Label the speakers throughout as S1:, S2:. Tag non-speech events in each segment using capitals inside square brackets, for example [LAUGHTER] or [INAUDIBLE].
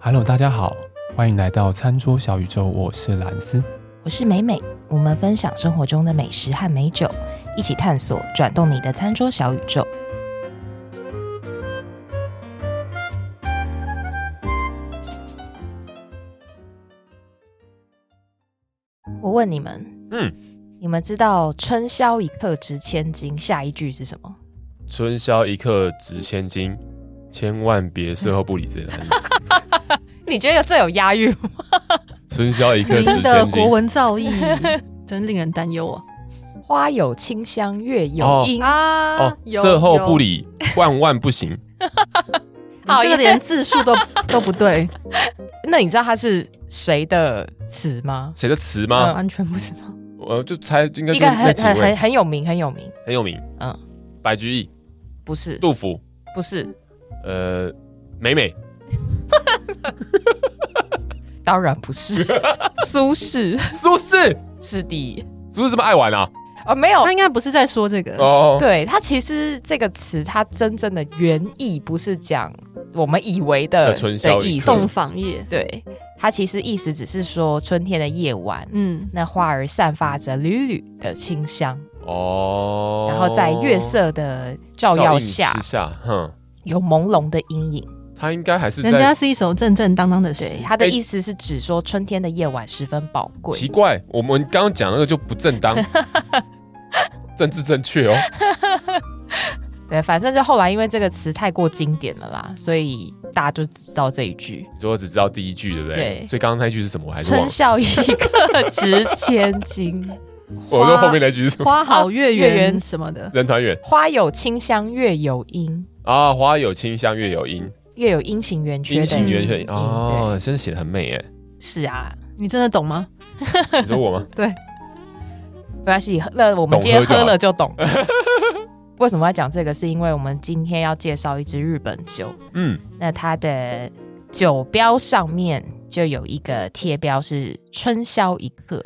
S1: Hello，大家好，欢迎来到餐桌小宇宙，我是蓝斯。
S2: 我是美美，我们分享生活中的美食和美酒，一起探索转动你的餐桌小宇宙。我问你们，
S1: 嗯，
S2: 你们知道“春宵一刻值千金”下一句是什么？
S1: 春宵一刻值千金，千万别事后不理智。 [LAUGHS]
S2: 你觉得这有押韵吗？
S1: 春宵一刻值
S3: 您的
S1: 千
S3: 国
S1: 金，
S3: 文造诣
S2: [LAUGHS]
S3: 真令人担忧啊！
S2: 花有清香，月
S1: 哦
S2: 有阴。
S3: 啊
S1: 哦，事后不，理，万万不行。
S3: 你这
S2: 好
S3: 个连字数都 [LAUGHS] 都不对，
S2: 那你知道它是谁的词吗？
S1: 谁的词
S2: 嗯
S1: 吗？
S3: 完全不知道。
S1: 我就猜应该
S2: 一
S1: 就
S2: 个
S1: 那
S2: 很
S1: 几
S2: 很很
S1: 位
S2: 很有名，很有名。
S1: 很有名。
S2: 嗯
S1: 嗯，白居易、
S2: 不是，
S1: 杜甫，
S2: 不是，
S1: 呃，美
S2: [LAUGHS]
S1: 美。
S2: 当然不是， [LAUGHS] 苏轼
S1: 苏轼，
S2: 是的，
S1: 苏轼这么爱玩啊？
S2: 哦，没有
S3: 他。应该不是在说这个，
S1: 哦，
S2: 对它其实这个词，它真正的原意不是讲我们以为的
S1: 呃春宵
S2: 的
S1: 一
S2: 意
S1: 刻
S2: 思，
S3: 洞房夜。
S2: 对它其实意思只是说春天的夜晚，
S3: 嗯，
S2: 那花儿散发着缕缕的清香，
S1: 哦，
S2: 然后在月色的照耀下
S1: 照应之，下，哼，
S2: 有朦胧的阴影。
S1: 他应该还是
S3: 人家
S1: 在。
S3: 是一首正正当当的诗，
S2: 对，它的
S1: 哎
S2: 意思是指说春天的夜晚十分宝贵。
S1: 奇怪，我们刚刚讲那个就不正
S2: [LAUGHS]
S1: 当，政治正确哦。
S2: 对，反正就后来因为这个词太过经典了啦，所以大家就知道这一句
S1: 你说只知道第一句，对不对？
S2: 对
S1: 所以刚刚那一句是什么？我
S2: “
S1: 还是忘了。
S2: 春宵一刻值千金，
S1: 我说后面那句是什么？
S3: 花好月
S2: 啊月
S3: 圆
S2: 圆
S3: 什么的，
S1: 人团圆
S2: 花有清香，月有阴，
S1: 啊，花有清香，月有阴，
S2: 月有阴晴圆缺”
S1: 阴
S2: 的。
S1: 晴圆缺
S3: 嗯
S1: 哦，真的写的很美哎。
S2: 是啊，
S3: 你真的懂吗？
S1: 你说我
S2: [LAUGHS]
S1: 吗？
S2: 没关系，那我们今天喝了就懂。 [LAUGHS] 为什么要讲这个？是因为我们今天要介绍一支日本酒，
S1: 嗯，
S2: 那它的酒标上面就有一个贴标是“春宵一刻”。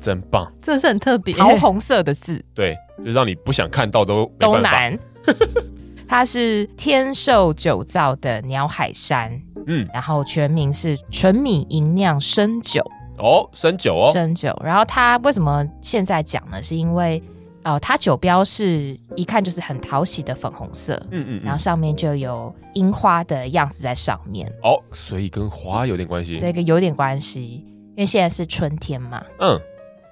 S1: 真棒。
S3: 真的是很特别。
S2: 桃红色的字，
S1: 对，就让你不想看到都没
S2: 都
S1: 办法。
S2: 南。 [LAUGHS] 它是天寿酒造的鸟海山，
S1: 嗯，
S2: 然后全名是纯米吟酿生酒，
S1: 哦，生酒哦，
S2: 生酒。然后它为什么现在讲呢？是因为呃，它酒标是一看就是很讨喜的粉红色，
S1: 嗯嗯
S2: 然后
S1: 嗯，
S2: 上面就有樱花的样子在上面，
S1: 哦，所以跟花有点关系。
S2: 对，跟有点关系。因为现在是春天嘛，
S1: 嗯，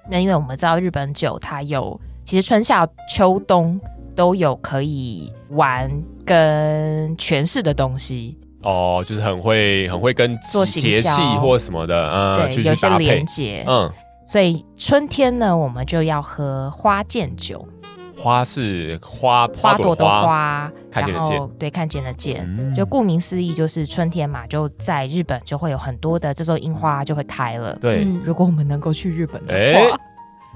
S2: 那因为我们知道日本酒它有，其实春夏秋冬都有可以玩跟诠释的东西，
S1: 哦，就是很会很会跟
S2: 做行
S1: 节气
S2: 销
S1: 或什么的，嗯，去去
S2: 对，有一些
S1: 搭配
S2: 连。接。
S1: 嗯，
S2: 所以春天呢，我们就要喝花见酒，
S1: 花是花
S2: 花朵的
S1: 花朵，
S2: 花，
S1: 看见的
S2: 然后对看见的见。
S1: 嗯
S2: 就顾名思义，就是春天嘛，就在日本就会有很多的，这时候樱花就会开了。
S1: 对，
S3: 嗯
S2: 如果我们能够去日本的话，
S1: 哎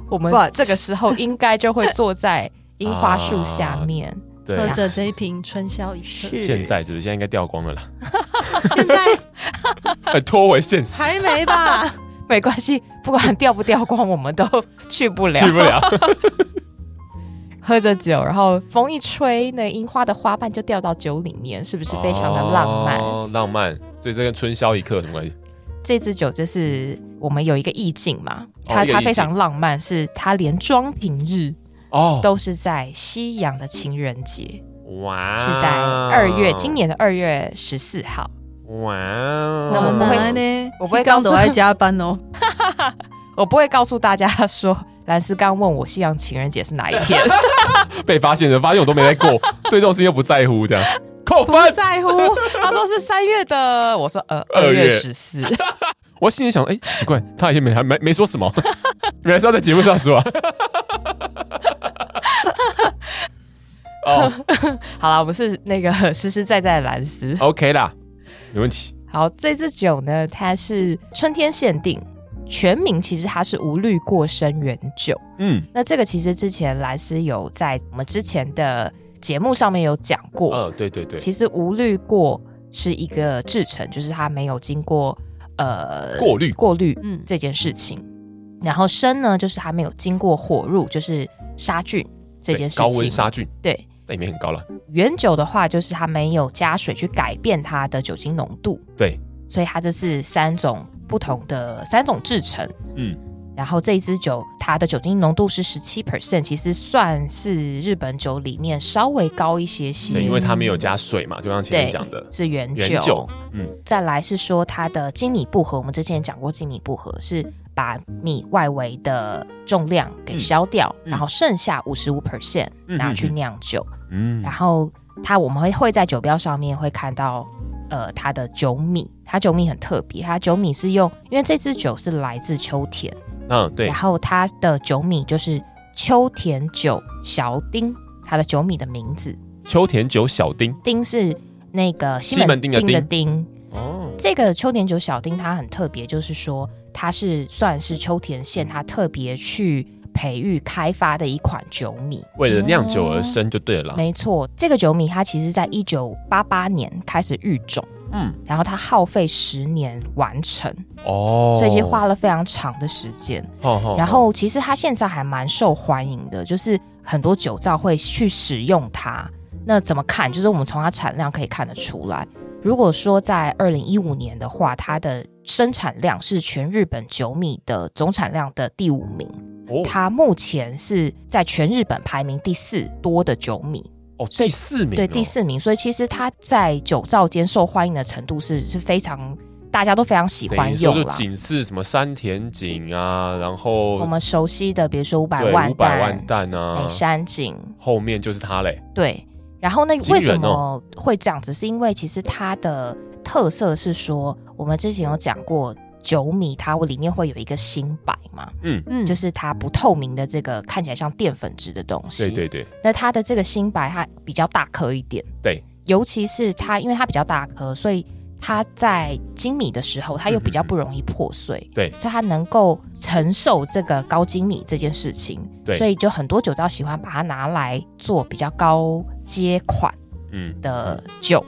S2: 我们
S3: But-
S2: 这个时候应该就会坐在樱花树下
S1: [LAUGHS]
S2: 面。
S1: 对
S3: 喝，着这一瓶春宵一刻，
S2: 是
S1: 现在只是现在应该掉光了
S2: [LAUGHS]
S1: 啦，
S3: 现在
S1: 哎，拖回现实，
S3: 还没吧？
S2: 没关系，不管掉不掉光，我们都去不了
S1: 去。不了。
S2: 喝着酒，然后风一吹，那樱花的花瓣就掉到酒里面，是不 [LAUGHS] 是非常的浪漫？
S1: 哦，浪漫。所以这跟春宵一刻有什么关系？
S2: 这支酒就是我们有一个意境嘛，
S1: 哦
S2: 它、
S1: 一个
S2: 它
S1: 意
S2: 非常浪漫，是它连装瓶日
S1: 哦，
S2: 都是在西洋的情人节，
S1: 哇
S2: 是在二月，今年的二月十四号。
S1: 哇
S2: [LAUGHS] 那我
S1: 哦，
S2: 不会
S3: 奶奶呢？
S2: 我不会告
S3: 刚
S2: 诉
S3: 都在加班哦。
S2: 我不会告诉大家说，兰斯刚问我西洋情人节是哪一
S1: [LAUGHS]
S2: 天，
S1: 被发现了，发现我都没在
S2: [LAUGHS]
S1: 过，对这种事情又不在乎，这样扣分。
S3: 不在乎，
S2: 他说是三月的，我说呃
S1: 二
S2: 二
S1: 月
S2: 月十四，
S1: 我心里想，哎，奇怪，他以前没还没没说什么， [LAUGHS] 原来是要在节目上
S2: [LAUGHS]
S1: 说啊。哦
S2: 好了，我们是那个实实在在的兰斯。
S1: ，OK 啦，没问题。
S2: 好，这支酒呢，它是春天限定，全名其实它是无滤过生原酒。
S1: 嗯，
S2: 那这个其实之前莱斯有在我们之前的节目上面有讲过，
S1: 嗯，对对对，
S2: 其实无滤过是一个制成，就是它没有经过呃
S1: 过滤
S2: 过滤
S3: 嗯，
S2: 这件事情。然后生呢，就是它没有经过火入，就是杀菌这件事情，
S1: 高温杀菌，
S2: 对。
S1: 但也没很高了。
S2: 原酒的话，就是它没有加水去改变它的酒精浓度，
S1: 对，
S2: 所以它这是三种不同的三种制成。
S1: 嗯，
S2: 然后这一支酒它的酒精浓度是十七 percent，其实算是日本酒里面稍微高一些
S1: 对，
S2: 些
S1: 因。为它没有加水嘛，就像前面讲的
S2: 是原酒，
S1: 原酒，嗯，
S2: 再来是说它的精米不合，我们之前也讲过，精米不合是把米外围的重量给消掉，
S1: 嗯
S2: 然后剩下五十五 percent
S1: 嗯
S2: 拿去酿酒。
S1: 嗯
S2: 然后它我们会会在酒标上面会看到，呃，它的酒米，它酒米很特别，它酒米是用，因为这支酒是来自秋田，
S1: 嗯，对
S2: 然，后它的酒米就是秋田酒小丁，它的酒米的名字，
S1: 秋田酒小丁
S2: 丁是那个西
S1: 西门町的
S2: 町的
S1: 町
S2: 丁。
S1: 哦，
S2: 这个秋田酒小丁它很特别，就是说它是算是秋田县它特别去培育开发的一款酒米。
S1: 为了酿酒而生就对了啦。
S2: 没错，这个酒米它其实在一九八八年开始育种，
S1: 嗯，
S2: 然后它耗费十年完成，
S1: 哦，
S2: 所以其实花了非常长的时间。
S1: 哦，哦
S2: 然后其实它现在还蛮受欢迎的，就是很多酒造会去使用它。那怎么看？就是我们从它产量可以看得出来。如果说在二零一五年的话，它的生产量是全日本酒米的总产量的第五名，
S1: 哦
S2: 它目前是在全日本排名第四多的酒米，
S1: 哦，
S2: 所
S1: 第
S2: 以
S1: 四名哦，
S2: 对第四名。所以其实它在酒造间受欢迎的程度是是非常大家都非常喜
S1: 等于
S2: 欢
S1: 说
S2: 用
S1: 就
S2: 啦。
S1: 仅次什么山田井啊，然后
S2: 我们熟悉的，比如说五百
S1: 对
S2: 万
S1: 五百
S2: 担
S1: 万、蛋啊
S2: 美，山井，
S1: 后面就是它嘞，
S2: 对，然后呢，
S1: 惊
S2: 为什
S1: 人
S2: 么
S1: 哦
S2: 会这样子？是因为其实它的特色是说，我们之前有讲过酒米，它里面会有一个新白嘛，
S1: 嗯，
S3: 嗯，
S2: 就是是它不透明的这个看起来像淀粉质的东西。
S1: 对对对，
S2: 那它的这个新白它比较大颗一点，
S1: 对，
S2: 尤其是它，因为它比较大颗，所以它在精米的时候，它又比
S1: 嗯
S2: 较
S1: 嗯嗯
S2: 不容易破碎，
S1: 对
S2: 所以它能够承受这个高精米这件事情，
S1: 对
S2: 所以就很多酒造喜欢把它拿来做比较高阶款
S1: 嗯，
S2: 的酒。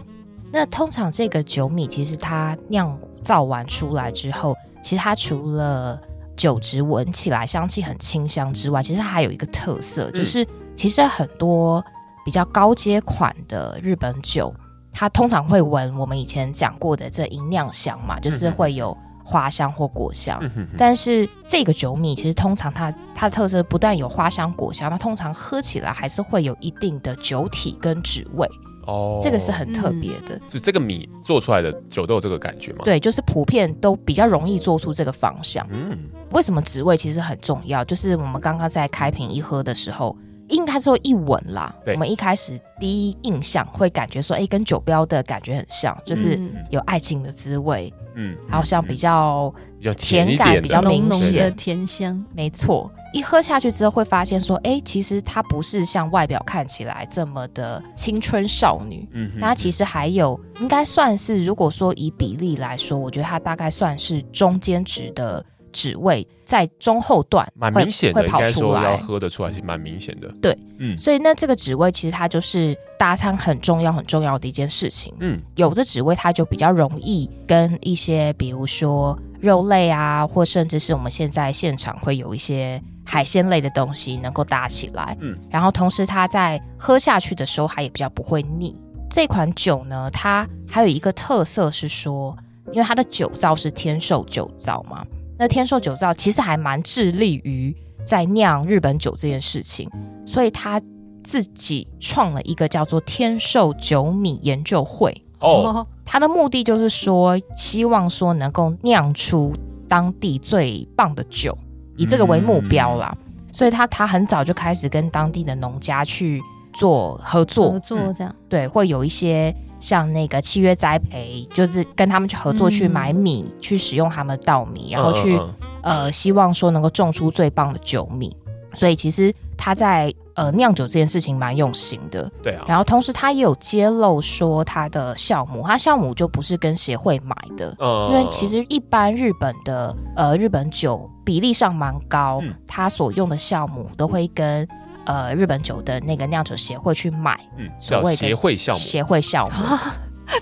S2: 那通常这个酒米其实它酿造完出来之后，其实它除了酒质闻起来香气很清香之外，其实它还有一个特色，
S1: 嗯
S2: 就是其实很多比较高阶款的日本酒，它通常会闻我们以前讲过的这银酿香嘛，就
S1: 嗯
S2: 是
S1: 哼
S2: 会有花香或果香。
S1: 嗯哼哼
S2: 但是这个酒米其实通常它它的特色不但有花香果香，它通常喝起来还是会有一定的酒体跟脂味，
S1: 哦
S2: 这个是很特别的。
S1: 是这个米做出来的酒都有这个感觉吗？，
S2: 对，就是普遍都比较容易做出这个方向。
S1: 嗯，
S2: 为什么职位其实很重要？就是我们刚刚在开瓶一喝的时候，应该说一闻啦，
S1: 对
S2: 我们一开始第一印象会感觉说，哎，跟酒标的感觉很像，就是
S3: 嗯
S2: 有爱情的滋味，
S1: 嗯，
S2: 然后像比较
S1: 比较
S2: 甜
S1: 甜一
S2: 感
S1: 点
S2: 比较
S1: 的，
S2: 明
S3: 浓浓的
S2: 显
S3: 甜香，
S2: 没错，一喝下去之后会发现说，哎，其实她不是像外表看起来这么的青春少女，
S1: 嗯哼
S2: 那它其实还有应该算是，如果说以比例来说，我觉得它大概算是中间值的职位，在中后段
S1: 蛮
S2: 会
S1: 明显
S2: 会
S1: 的，应
S2: 跑
S1: 该
S2: 出
S1: 说要
S2: 来。
S1: 喝得出来是蛮明显的，
S2: 对，
S1: 嗯
S2: 所以呢，这个职位其实它就是搭餐很重要、很重要的一件事情。
S1: 嗯，
S2: 有这职位，它就比较容易跟一些，比如说肉类啊，或甚至是我们现在现场会有一些海鲜类的东西能够搭起来。嗯
S1: 嗯，
S2: 然后同时它在喝下去的时候，它也比较不会腻。这款酒呢，它还有一个特色是说，因为它的酒造是天寿酒造嘛，那天寿酒造其实还蛮致力于在酿日本酒这件事情，所以它自己创了一个叫做天寿酒米研究会。
S1: 哦，，
S2: 他的目的就是说，希望说能够酿出当地最棒的酒，以这个为目标啦。
S1: 嗯
S2: 所以他他很早就开始跟当地的农家去做合作，
S1: 嗯
S3: 合作这样，
S2: 对，会有一些像那个契约栽培，就是跟他们去合作去
S3: 嗯
S2: 买米，去使用他们的稻米，然后去、
S1: 嗯嗯嗯
S2: 呃，希望说能够种出最棒的酒米。所以其实他在呃酿酒这件事情蛮用心的。
S1: 对啊，
S2: 然后同时他也有揭露说他的酵母，他酵母就不是跟协会买的，因
S1: 嗯
S2: 为其实一般日本的呃日本酒比例上蛮高
S1: 嗯，
S2: 它所用的酵母都会跟呃日本酒的那个酿酒协会去买
S1: 嗯
S2: 所
S1: 叫
S2: 谓的
S1: 协会项目
S2: 协会酵 [LAUGHS] 母，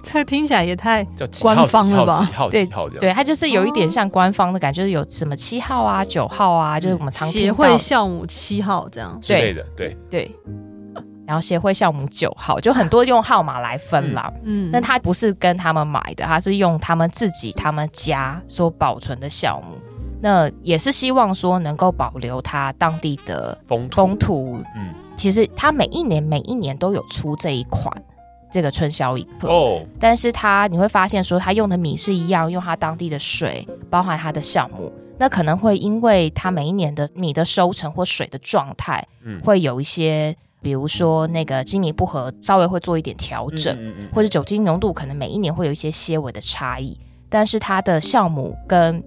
S3: 这听起来也太
S1: 叫几号
S3: 官方了吧
S1: 几号几号几号这样，
S2: 对，它就是有一点像官方的感觉，就是有什么七号啊、九号啊，就是我们常
S3: 协
S2: 听
S3: 会
S2: 到
S3: 酵母七号这样，
S1: 之类的，对，
S2: 对。然后协会酵母九号，就很多用号码来分啦。
S3: 嗯
S2: 那它不是跟他们买的，它是用他们自己他们家所保存的酵母。那也是希望说能够保留它当地的
S1: 风土，
S2: 风土。
S1: 嗯，
S2: 其实它每一年每一年都有出这一款这个春宵一刻，
S1: 哦，
S2: 但是它你会发现说它用的米是一样，用它当地的水，包含它的酵母。那可能会因为它每一年的米的收成或水的状态，
S1: 嗯，
S2: 会有一些，比如说那个基米不合，稍微会做一点调整。
S1: 嗯嗯
S2: 或者酒精浓度可能每一年会有一些些微的差异，但是它的酵母跟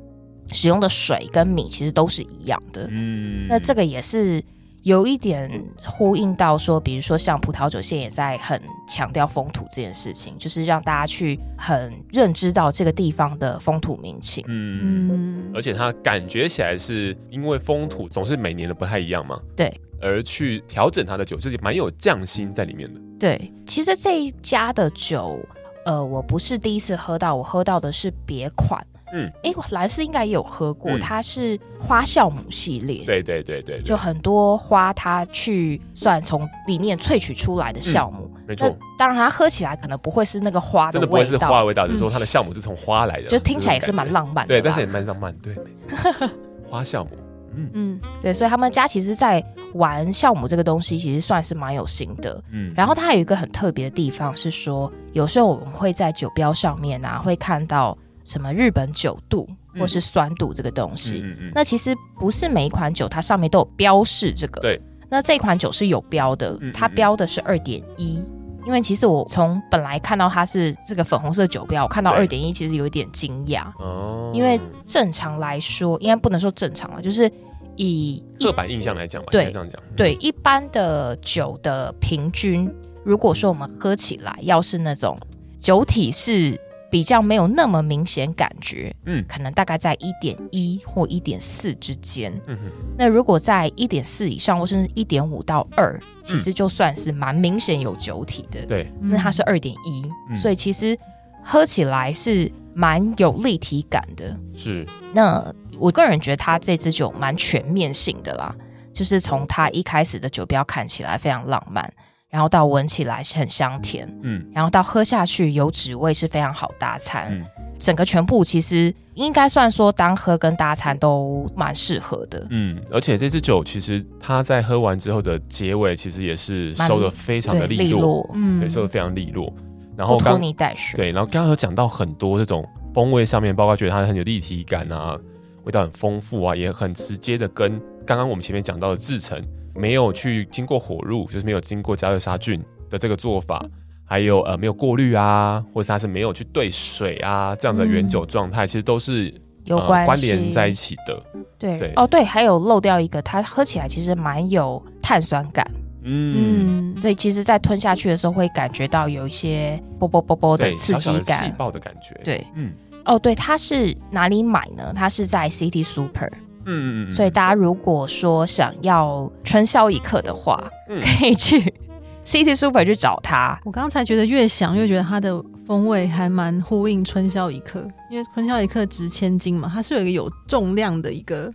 S2: 使用的水跟米其实都是一样的。
S1: 嗯
S2: 那这
S1: 个
S2: 个也是有一点呼应到说，比如说像葡萄酒现在也在很强调风土这件事情，就是让大家去很认知到这个地方的风土民情。
S1: 嗯，
S3: 嗯
S1: 而且它感觉起来是因为风土总是每年的不太一样嘛，
S2: 对，
S1: 而去调整它的酒，就是蛮有匠心在里面的。
S2: 对，其实这一家的酒，呃，我不是第一次喝到，我喝到的是别款。
S1: 嗯，
S2: 诶，蓝斯应该也有喝过，
S1: 嗯
S2: 它是花酵母系列。
S1: 对对对对，对
S2: 就很多花它去算从里面萃取出来的酵母。
S1: 嗯没
S2: 那
S1: 错，
S2: 当然，它喝起来可能不会是那个花
S1: 真
S2: 的
S1: 的不会
S2: 味
S1: 是花的
S2: 道，嗯
S1: 味道，只是说它的酵母是从花来的，
S2: 就听起来也是蛮
S1: 这种
S2: 浪漫
S1: 感觉。
S2: 的
S1: 对，
S2: 啦。
S1: 但是也蛮浪漫，对，没
S2: [LAUGHS]
S1: 错花酵母，嗯
S3: 嗯
S2: 对，所以他们家其实，在玩酵母这个东西，其实算是蛮有心的。
S1: 嗯，
S2: 然后它还有一个很特别的地方是说，有时候我们会在酒标上面啊，会看到什么日本酒度
S1: 嗯
S2: 或是酸度这个东西。
S1: 嗯嗯
S2: 那其实不是每一款酒它上面都有标示这个。
S1: 对，
S2: 那这款酒是有标的
S1: 嗯嗯，
S2: 它标的是二点一。因为其实我从本来看到它是这个粉红色酒标，我看到
S1: 对
S2: 二点一，其实有一点惊讶，
S1: 嗯，哦
S2: 因为正常来说，应该不能说正常了，就是以一
S1: 刻板印象来讲吧，
S2: 对
S1: 应该这样讲，嗯
S2: 对一般的酒的平均，如果说我们喝起来要是那种酒体是比较没有那么明显感觉，
S1: 嗯
S2: 可能大概在一点一或一点四之间，
S1: 嗯哼，
S2: 那如果在一点四以上，或甚至一点五到二，
S1: 嗯
S2: 其实就算是蛮明显有酒体的。
S1: 对，
S2: 那它是二点一
S1: 嗯，
S2: 所以其实喝起来是蛮有立体感的。
S1: 是，
S2: 那我个人觉得它这支酒蛮全面性的啦，就是从它一开始的酒标看起来非常浪漫，然后到闻起来是很香甜，
S1: 嗯
S2: 然后到喝下去油脂味是非常好搭餐。
S1: 嗯
S2: 整个全部其实应该算说单喝跟搭餐都蛮适合的。
S1: 嗯，而且这支酒其实它在喝完之后的结尾，其实也是
S2: 蛮
S1: 收的非常的
S2: 对，
S1: 利落，
S2: 落
S3: 嗯
S1: 对，收的非常利落。然后
S2: 不拖
S1: 刚
S2: 泥带水。
S1: 对，然后刚刚有讲到很多这种风味上面，包括觉得它很有立体感啊，味道很丰富啊，也很直接的跟刚刚我们前面讲到的制成没有去经过火入，就是没有经过加热杀菌的这个做法，还有呃没有过滤啊，或是它是没有去兑水啊这样的原酒状态，其实都是
S2: 嗯有
S1: 呃
S2: 关系、
S1: 关联在一起的。
S2: 对
S1: 对
S2: 哦对，还有漏掉一个，它喝起来其实蛮有碳酸感，
S1: 嗯，
S3: 嗯
S2: 所以其实，在吞下去的时候会感觉到有一些啵啵啵啵的
S1: 对，
S2: 刺
S1: 小
S2: 激
S1: 小的
S2: 感。
S1: 气爆的感觉。，
S2: 对，
S1: 嗯
S2: 哦，对，它是哪里买呢？它是在 City Super，、
S1: 嗯嗯嗯，
S2: 所以大家如果说想要春宵一刻的话，
S1: 嗯
S2: 可以去 [LAUGHS] City Super 去找它。
S3: 我刚才觉得越想越觉得它的风味还蛮呼应春宵一刻，因为春宵一刻值千金嘛，它是有一个有重量的一个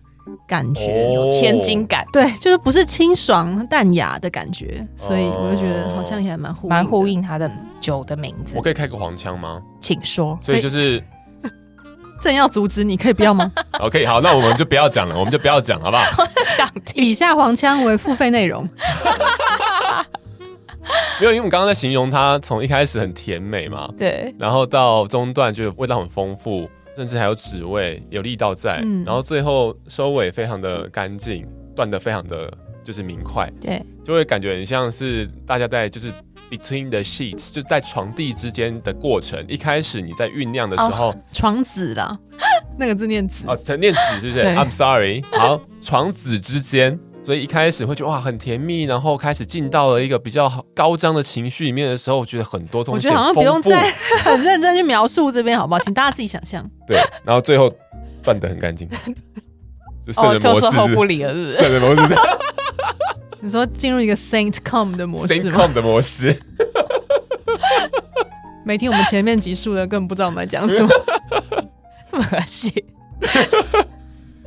S3: 感觉，
S1: 哦
S2: 有千金感，
S3: 对，就是不是清爽淡雅的感觉，所以我就觉得好像也还蛮呼应的
S2: 蛮呼。应它的酒的名字
S1: 我。可以开个黄腔吗？
S2: 请说，
S1: 所以就是
S3: 正要阻止你，可以不要吗？
S1: OK，好，那我们就不要讲了，我们就不要讲，好不好？
S2: 想听
S3: 以下黄腔为付费内容。
S1: 没有，因为我们刚刚在形容它从一开始很甜美嘛，
S2: 对。
S1: 然后到中段就味道很丰富，甚至还有脂味，有力道在，
S3: 嗯
S1: 然后最后收尾非常的干净，断的非常的就是明快，
S2: 对，
S1: 就会感觉很像是大家在就是 between the sheets，就在床地之间的过程。一开始你在酝酿的时候，
S3: 床子啦，那个字念子。
S1: 哦，陈念子是不是
S3: 对
S1: ？I'm sorry。好，床子之间，所以一开始会觉得哇很甜蜜，然后开始进到了一个比较好高涨的情绪里面的时候，我觉得很多
S3: 我
S1: 东西
S3: 觉得好像
S1: 很
S3: 不用
S1: 丰富，
S3: 再 [LAUGHS] 很认真去描述这边，好不好？请大家自己想象。
S1: 对，然后最后断的很干
S3: [LAUGHS]
S1: 净，就圣
S2: 哦，
S1: 人
S2: 就
S1: 模
S2: 售后不
S1: 式，
S2: 理了，是不是？ [LAUGHS]
S1: 圣人
S3: [LAUGHS]
S1: 模式
S3: 你说进入一个 Saint Com 的模式
S1: s
S3: 吗？
S1: com 的模式，
S3: 没听我们前面集数的，根本不知道我们在讲什
S1: [LAUGHS]
S3: 么。
S2: 可惜，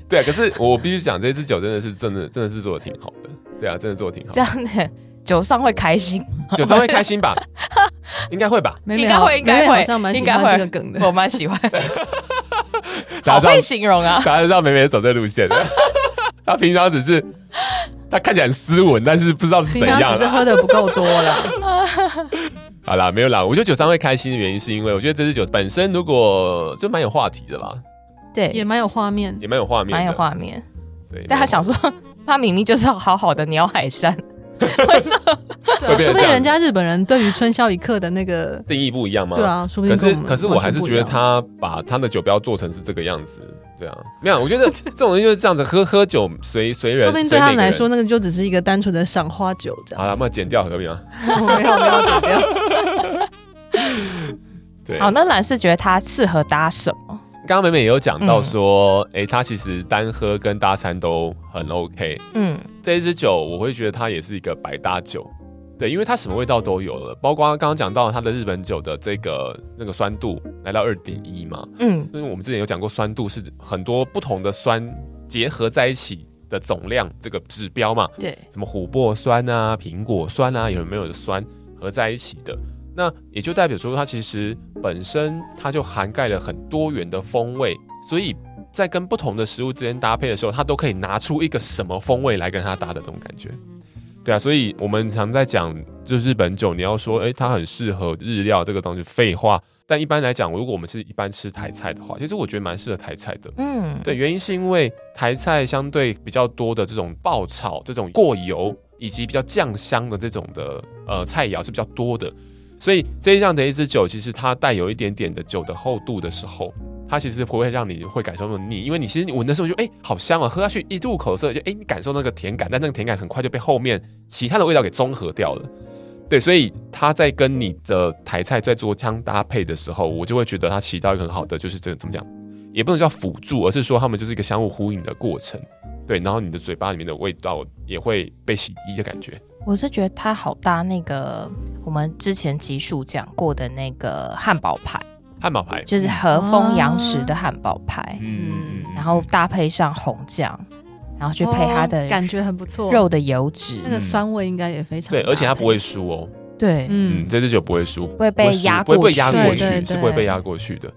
S1: 对啊。可是我必须讲，这支酒真的是真的真的是做的挺好的，对啊，真的做的挺好
S2: 这。样的酒上会开心，
S1: 酒商会开心
S3: [LAUGHS]
S1: 吧？应该会吧？
S3: 美美
S2: 应该会
S3: 好
S2: 应该会
S3: 美美好像蛮喜
S2: 应该会
S3: 欢这个梗的。
S1: 哦
S2: 我蛮喜欢，
S1: [LAUGHS] 大
S2: 好
S1: 家
S2: 会
S1: 知
S2: 形容啊
S1: 道，。大家知道美美走这路线的。她平常只是，她看起来很斯文，但是不知道是
S3: 平
S1: 怎
S3: 常
S1: 样啊
S3: 只是
S1: 啦。
S3: 喝的不够多啦， [LAUGHS]
S1: 好啦，没有啦。我觉得酒商会开心的原因，是因为我觉得这支酒本身如果就蛮有话题的啦，
S3: 也
S2: 对，
S3: 蛮有画面。
S1: 也蛮有画面的，
S2: 蛮有画面。
S1: 对。
S2: 但他想说，他明明就是要好好的鸟海山，为什么？
S3: 对、
S1: 会
S3: 啊，
S1: 变成
S3: 说不定
S1: 这样
S3: 人家日本人对于春宵一刻的那个，
S1: 定义不一样吗？
S3: 对。啊，说不
S1: 可
S3: 定跟
S1: 是
S3: 我们
S1: 可是我还是觉得
S3: 完
S1: 他把他的酒标做成是这个样子，对啊，没有，我觉得这种人就是这样子，喝喝酒随随
S3: 全不
S1: 人，
S3: 一样，说不定对他
S1: 随
S3: 们
S1: 每个
S3: 来
S1: 人啊
S3: 说，那个就只是一个单纯的赏花酒这
S1: 好
S3: [LAUGHS] 样。
S1: 了，那剪掉可以吗？
S3: 没有没有剪掉，
S1: 对，
S2: 好，那蓝是觉得他适合搭什么？
S1: 刚刚美美也有讲
S3: 嗯
S1: 到说，诶，它其实单喝跟搭餐都很 OK。
S2: 嗯，
S1: 这一支酒我会觉得它也是一个百搭酒，对，因为它什么味道都有了，包括刚刚讲到它的日本酒的这个那个酸度来到二点一嘛，
S2: 嗯
S1: 因为我们之前有讲过，酸度是很多不同的酸结合在一起的总量这个指标嘛，，
S2: 对，
S1: 什么琥珀酸啊、苹果酸啊，有没有的酸合在一起的？那也就代表说，它其实本身它就涵盖了很多元的风味，所以在跟不同的食物之间搭配的时候，它都可以拿出一个什么风味来跟它搭的这种感觉。对啊，所以我们常在讲，就日本酒，你要说，诶，它很适合日料这个东西，废话。但一般来讲，如果我们是一般吃台菜的话，其实我觉得蛮适合台菜的。
S2: 嗯，
S1: 对，原因是因为台菜相对比较多的这种爆炒、这种过油以及比较酱香的这种的呃菜肴是比较多的，所以这样的一支酒，其实它带有一点点的酒的厚度的时候，它其实不会让你会感受那么腻，因为你其实你闻的时候就哎、好香啊，喝下去一入口的时候就哎、你感受那个甜感，但那个甜感很快就被后面其他的味道给综合掉了。对，所以它在跟你的台菜在做相搭配的时候，我就会觉得它起到一个很好的，就是这个怎么讲，也不能叫辅助，而是说它们就是一个相互呼应的过程。对，然后你的嘴巴里面的味道也会被洗涤的感觉。
S2: 我是觉得它好搭那个我们之前集数讲过的那个汉堡排，
S1: 汉堡排，
S2: 就是和风洋食的汉堡排，
S1: 嗯
S2: 然后搭配上红酱，然后 [LAUGHS] 去配它
S3: 哦
S2: 的
S3: 感觉很不错，
S2: 肉的油脂
S3: 那，个酸味应该也非常
S1: 对，而且它不
S3: 会，
S1: 会输哦，
S2: 对，
S1: 嗯，
S3: 嗯，
S1: 这支酒不会输，
S2: 不会
S1: 不会
S2: 被
S1: 输
S2: 压
S1: 不会
S2: 过
S1: 被压
S3: 对
S1: 过去，
S3: 对
S1: 是不会
S3: 对
S1: 被压过去的。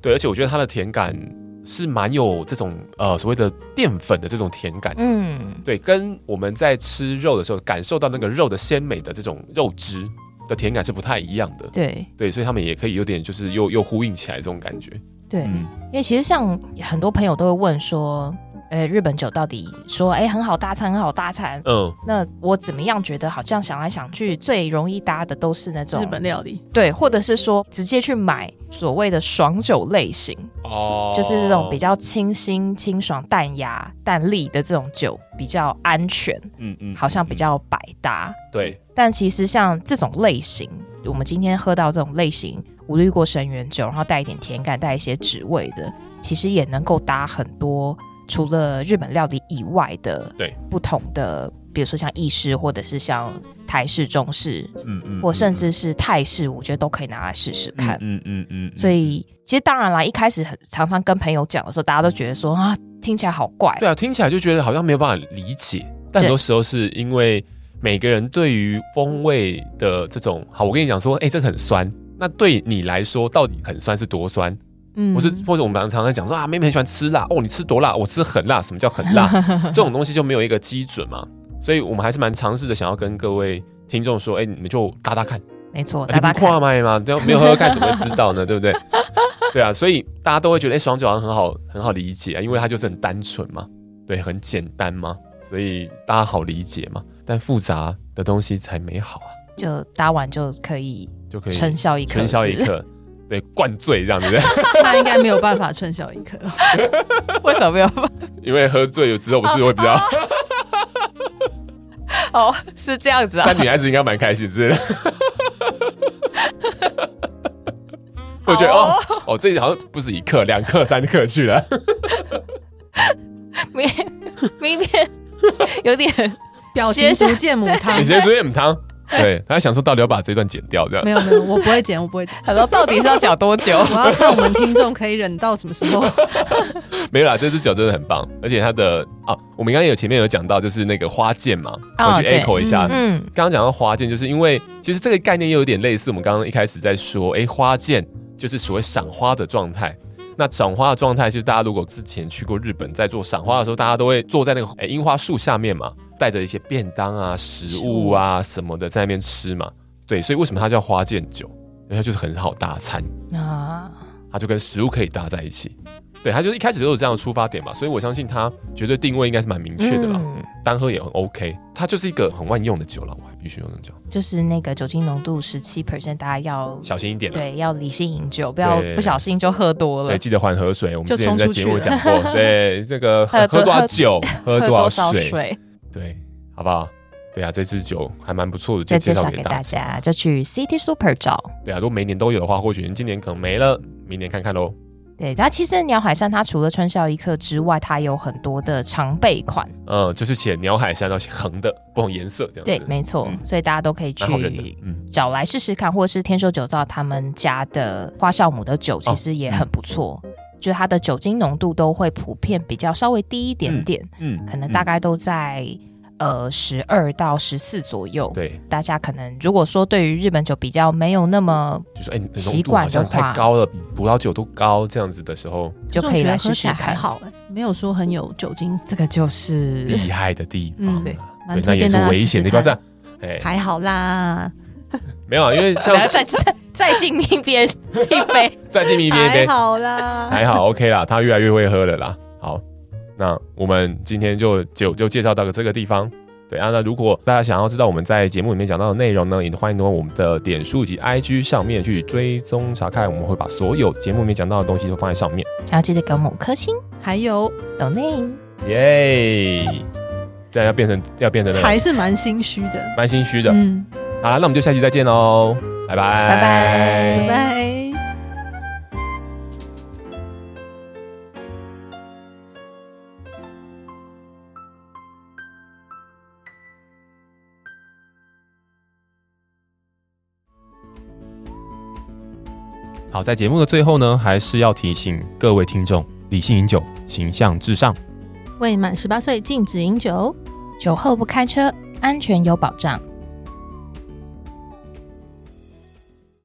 S1: 对，而且我觉得它的甜感是蛮有这种呃所谓的淀粉的这种甜感，
S2: 嗯，
S1: 对，跟我们在吃肉的时候感受到那个肉的鲜美的这种肉汁的甜感是不太一样的。
S2: 对
S1: 对，所以他们也可以有点就是又又呼应起来这种感觉。
S2: 对，
S1: 嗯
S2: 因为其实像很多朋友都会问说，呃，日本酒到底说，哎，很好搭餐，很好搭餐。
S1: 嗯，
S2: 那我怎么样觉得好像想来想去，最容易搭的都是那种
S3: 日本料理，
S2: 对，或者是说直接去买所谓的爽酒类型，
S1: 哦，
S2: 就是这种比较清新、清爽、淡雅、淡丽的这种酒比较安全，
S1: 嗯嗯
S2: 好像比较百搭。
S1: 对，
S2: 但其实像这种类型，我们今天喝到这种类型，无滤过生原酒，然后带一点甜感，带一些脂味的，其实也能够搭很多除了日本料理以外的
S1: 对
S2: 不同的，比如说像意式或者是像台式、中式，
S1: 嗯嗯
S2: 或甚至是泰式，我觉得都可以拿来试试看。
S1: 嗯嗯嗯，
S2: 所以其实当然啦，一开始很常常跟朋友讲的时候，大家都觉得说啊，听起来好怪。
S1: 对啊，听起来就觉得好像没有办法理解，但很多时候是因为每个人对于风味的这种，好，我跟你讲说，哎、这个很酸。那对你来说，到底很酸是多酸？
S3: 嗯，
S1: 或是或者我们常常在讲说啊，妹妹很喜欢吃辣哦，你吃多辣？我吃很辣，什么叫很
S2: [LAUGHS]
S1: 辣？这种东西就没有一个基准嘛，所以我们还是蛮尝试的，想要跟各位听众说，哎、你们就搭搭看。
S2: 没错，
S1: 你
S2: 哦大家
S1: 啊不跨
S2: 看，
S1: 麦吗？对啊，没有喝喝看怎么会知道呢？对不 [LAUGHS] 对？对啊，所以大家都会觉得，哎、爽酒好像很好，很好理解啊，因为它就是很单纯嘛，对，很简单嘛，所以大家好理解嘛。但复杂的东西才美好啊，
S2: 就搭完就可以
S1: 就可以
S2: 春宵一刻，
S1: 春宵
S2: 是
S1: 一
S2: [LAUGHS]
S1: 刻，对，灌醉这样子，
S3: [LAUGHS]
S1: [LAUGHS]
S3: 他应该没有办法春宵一
S2: [LAUGHS]
S3: 刻，
S2: 为什么没有？
S1: 因为喝醉了之后不是会比较，
S2: 哦，是这样子啊
S1: [LAUGHS] 但。女孩子应该蛮开心，是不
S2: [LAUGHS]
S1: 是。我觉得哦哦，这好像不止一克，两克、三克去了。
S2: 明 [LAUGHS] 明天有点
S3: 表情
S2: 接下
S3: 不见母汤 [LAUGHS]
S1: 你直，接出现母汤，对，他想说到底要把这段剪掉这样
S3: 没。有没有，我不会剪，我不会剪。
S2: 他说到底是要缴
S1: [LAUGHS]
S2: 多久？
S3: 我要看我们听众可以忍到什么时候。
S1: 没有啦，这只脚真的很棒，而且它的啊，我们刚刚有前面有讲到，就是那个花剑嘛，
S2: 啊
S1: 我去
S2: 对
S1: echo 一下。
S2: 嗯，
S1: 刚刚讲到花剑，就是因为其实这个概念又有点类似我们刚刚一开始在说，哎，花剑就是所谓赏花的状态。那赏花的状态，就是大家如果之前去过日本，在做赏花的时候，大家都会坐在那个诶樱花树下面嘛，带着一些便当啊、食物啊什么的在那边吃嘛。对，所以为什么它叫花见酒？因为它就是很好大餐。
S2: 啊，
S1: 它就跟食物可以搭在一起。对，它就是一开始就有这样的出发点嘛，所以我相信它绝对定位应该是蛮明确的啦，
S2: 嗯
S1: 单喝也很 OK，它就是一个很万用的酒了，我还必须用这样讲，
S2: 就是那个酒精浓度十七 percent，大家要
S1: 小心一点啦。
S2: 对要理性饮酒，不要
S1: 对
S2: 不小心就喝多了
S1: 对，。记得缓和水。我们
S3: 就
S1: 之前在
S3: 冲出
S1: 节
S3: 去
S1: 目
S3: 了
S1: 讲过，对这个喝
S2: 喝多
S1: 喝多少酒，喝
S2: 喝
S1: 多
S2: 多
S1: 少
S2: 少
S1: 水，
S2: 水？
S1: 对，好不好？对啊，这支酒还蛮不错的，就
S2: 再
S1: 介
S2: 介
S1: 绍
S2: 绍
S1: 给
S2: 给
S1: 大
S2: 大
S1: 家。
S2: 家，就去 City Super 找。
S1: 对啊，如果每年都有的话，或许今年可能没了，明年看看喽。
S2: 对，然后其实鸟海山它除了春宵一刻之外，它有很多的常备款。
S1: 嗯，就是写鸟海山，然后横的，不同颜色这样子。
S2: 对，没错，
S1: 嗯
S2: 所以大家都可以
S1: 蛮好认的
S2: 去。
S1: 嗯，
S2: 找来试试看，或是天寿酒造他们家的花酵母的酒，
S1: 哦
S2: 其实也很不错。就是它的酒精浓度都会普遍比较稍微低一点点，
S1: 嗯，
S2: 可能大概都在、呃十二到十四左右。
S1: 嗯对，
S2: 大家可能如果说对于日本酒比较没有那么
S1: 就说哎，你的浓
S2: 习
S1: 度好
S2: 惯的
S1: 像
S2: 话
S1: 太高了，比葡萄酒都高这样子的时候，
S2: [LAUGHS] 就可
S3: [LAUGHS]
S2: 以来
S3: 喝
S2: 试
S3: 起
S2: 试
S3: 来还
S2: 看。
S3: 好、欸，没有说很有酒精，
S2: 这个就是
S1: 厉害的地方啊，
S3: 嗯嗯对
S1: 对
S3: 蛮，
S1: 那
S3: 推
S1: 也
S3: 荐
S1: 是
S3: 大家
S1: 危
S3: 试试
S1: 险的地方
S3: 看
S1: 是吧。哎，
S3: 还好啦，
S1: 没有啊，因为像
S2: 然后再再 [LAUGHS] 再敬一边一杯，
S1: 再敬你一杯一
S3: 还
S1: 杯，
S3: 好啦。
S1: 还好 OK 啦，他越来越会喝了啦。好，那我们今天就就就介绍到这个地方。对啊，那如果大家想要知道我们在节目里面讲到的内容呢，也欢迎到我们的点数及 IG 上面去追踪查看，我们会把所有节目里面讲到的东西都放在上面。
S2: 然后记得给我们五颗星，
S3: 还有
S2: 抖内。
S1: 耶！这样要变成要变成那个
S3: 还是蛮心虚的，
S1: 蛮心虚的。
S3: 嗯，
S1: 好啦，那我们就下期再见喽，拜拜，
S2: 拜拜
S3: 拜拜。
S1: 好，在节目的最后呢，还是要提醒各位听众，理性饮酒，形象至上。
S3: 未满十八岁禁止饮酒。
S2: 酒后不开车，安全有保障。